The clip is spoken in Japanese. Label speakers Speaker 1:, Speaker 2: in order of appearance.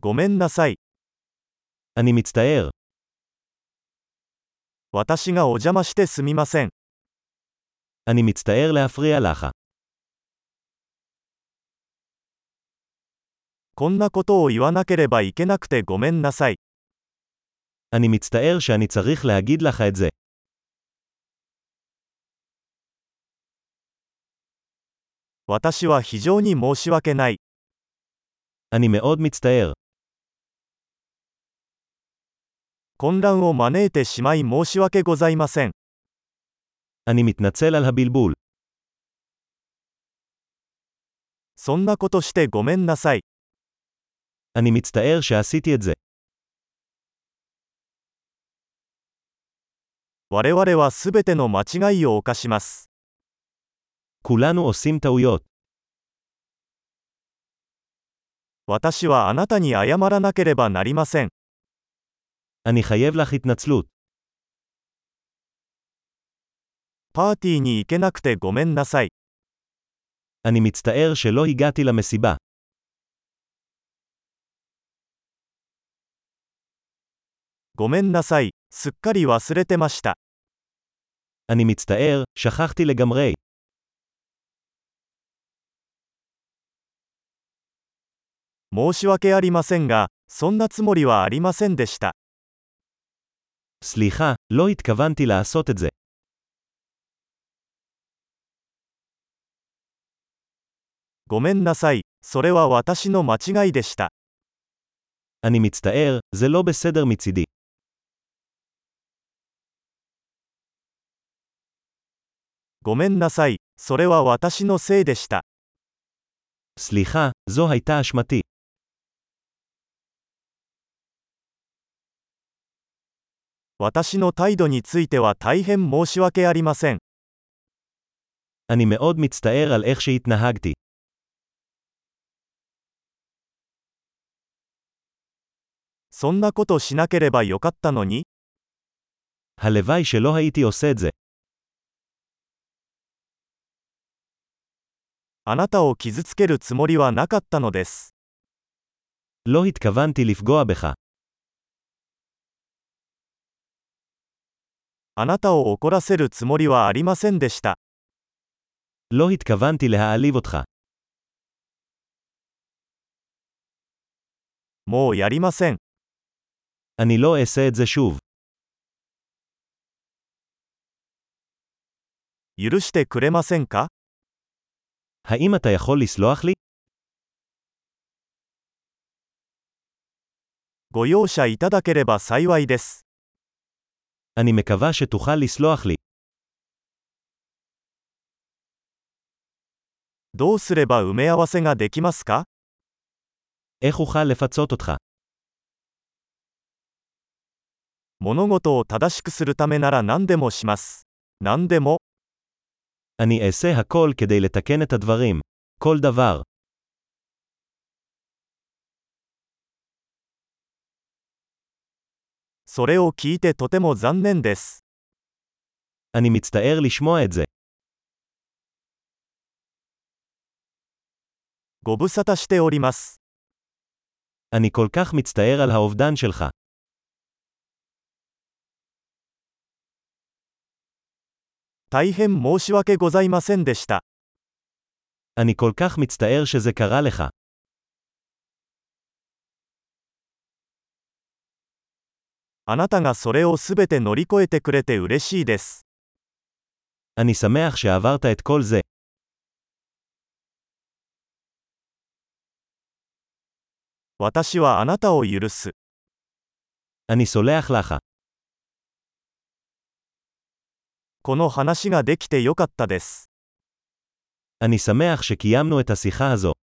Speaker 1: ごめんなさい。
Speaker 2: אני מצטער.
Speaker 1: 私がお邪魔してすみません。
Speaker 2: אני מצטער להפריע לך.
Speaker 1: こんなことを言わなければいけなくてごめんなさい。
Speaker 2: אני מצטער שאני צריך להגיד לך את זה.
Speaker 1: 私は非常に申し訳ない。
Speaker 2: אני מאוד מצטער.
Speaker 1: 混乱を招いてしまい申し訳ございません。
Speaker 2: אני מתנצל על הבלבול.
Speaker 1: そんなことしてごめんなさい。
Speaker 2: אני מצטער שעשיתי את זה.
Speaker 1: 我々はすべての間違いを犯します。
Speaker 2: כולנו עושים טעויות.
Speaker 1: 私はあなたに謝らなければなりません。
Speaker 2: אני חייב לך התנצלות.
Speaker 1: パーティーに行けなくてごめんなさい。
Speaker 2: אני מצטער שלא הגעתי למסיבה.
Speaker 1: ごめんなさい。すっかり忘れてました。
Speaker 2: אני מצטער, שכחתי לגמרי.
Speaker 1: 申し訳ありませんが、そんなつもりはありませんでした。
Speaker 2: סליחה, לא התכוונתי לעשות את זה.
Speaker 1: ごめんなさい。それは私の間違いでした。
Speaker 2: אני מצטער, זה לא בסדר מצידי.
Speaker 1: ごめんなさい。それは私のせいでした。
Speaker 2: סליחה, זו הייתה אשמתי.
Speaker 1: 私の態度については大変申し訳ありません。
Speaker 2: אני מאוד מצטער על איך שהתנהגתי.
Speaker 1: そんなことしなければよかったのに、
Speaker 2: הלוואי שלא הייתי עושה את זה.
Speaker 1: あなたを傷つけるつもりはなかったのです。
Speaker 2: לא התכוונתי לפגוע בך.
Speaker 1: あなたを怒らせるつもりはありませんでした。
Speaker 2: לא התכוונתי להעליב אותך.
Speaker 1: もうやりません。
Speaker 2: אני לא אעשה את זה שוב.
Speaker 1: 許してくれませんか
Speaker 2: האם אתה יכול לסלוח לי?
Speaker 1: ご容赦いただければ幸いです。
Speaker 2: אני מקווה שתוכל לסלוח לי.
Speaker 1: どうすれば埋め合わせができますか
Speaker 2: איך אוכל לפצות אותך?
Speaker 1: 物事を正しくするためなら何でもします。何でも、
Speaker 2: אני אעשה הכל כדי לתקן את הדברים. כל דבר.
Speaker 1: それを聞いてとても残念です。
Speaker 2: אני מצטער לשמוע את זה.
Speaker 1: ご無沙汰しております。
Speaker 2: אני כל כך מצטער על האובדן שלך.
Speaker 1: 大変申し訳ございませんでした。
Speaker 2: אני כל כך מצטער שזה קרה לך.
Speaker 1: あなたがそれをすべて乗り越えてくれて嬉しいです。
Speaker 2: אני שמח שעברת את כל זה.
Speaker 1: 私はあなたを許す。
Speaker 2: אני סולח לך.
Speaker 1: この話ができてよかったです。
Speaker 2: אני שמח שקיימנו את השיחה הזו.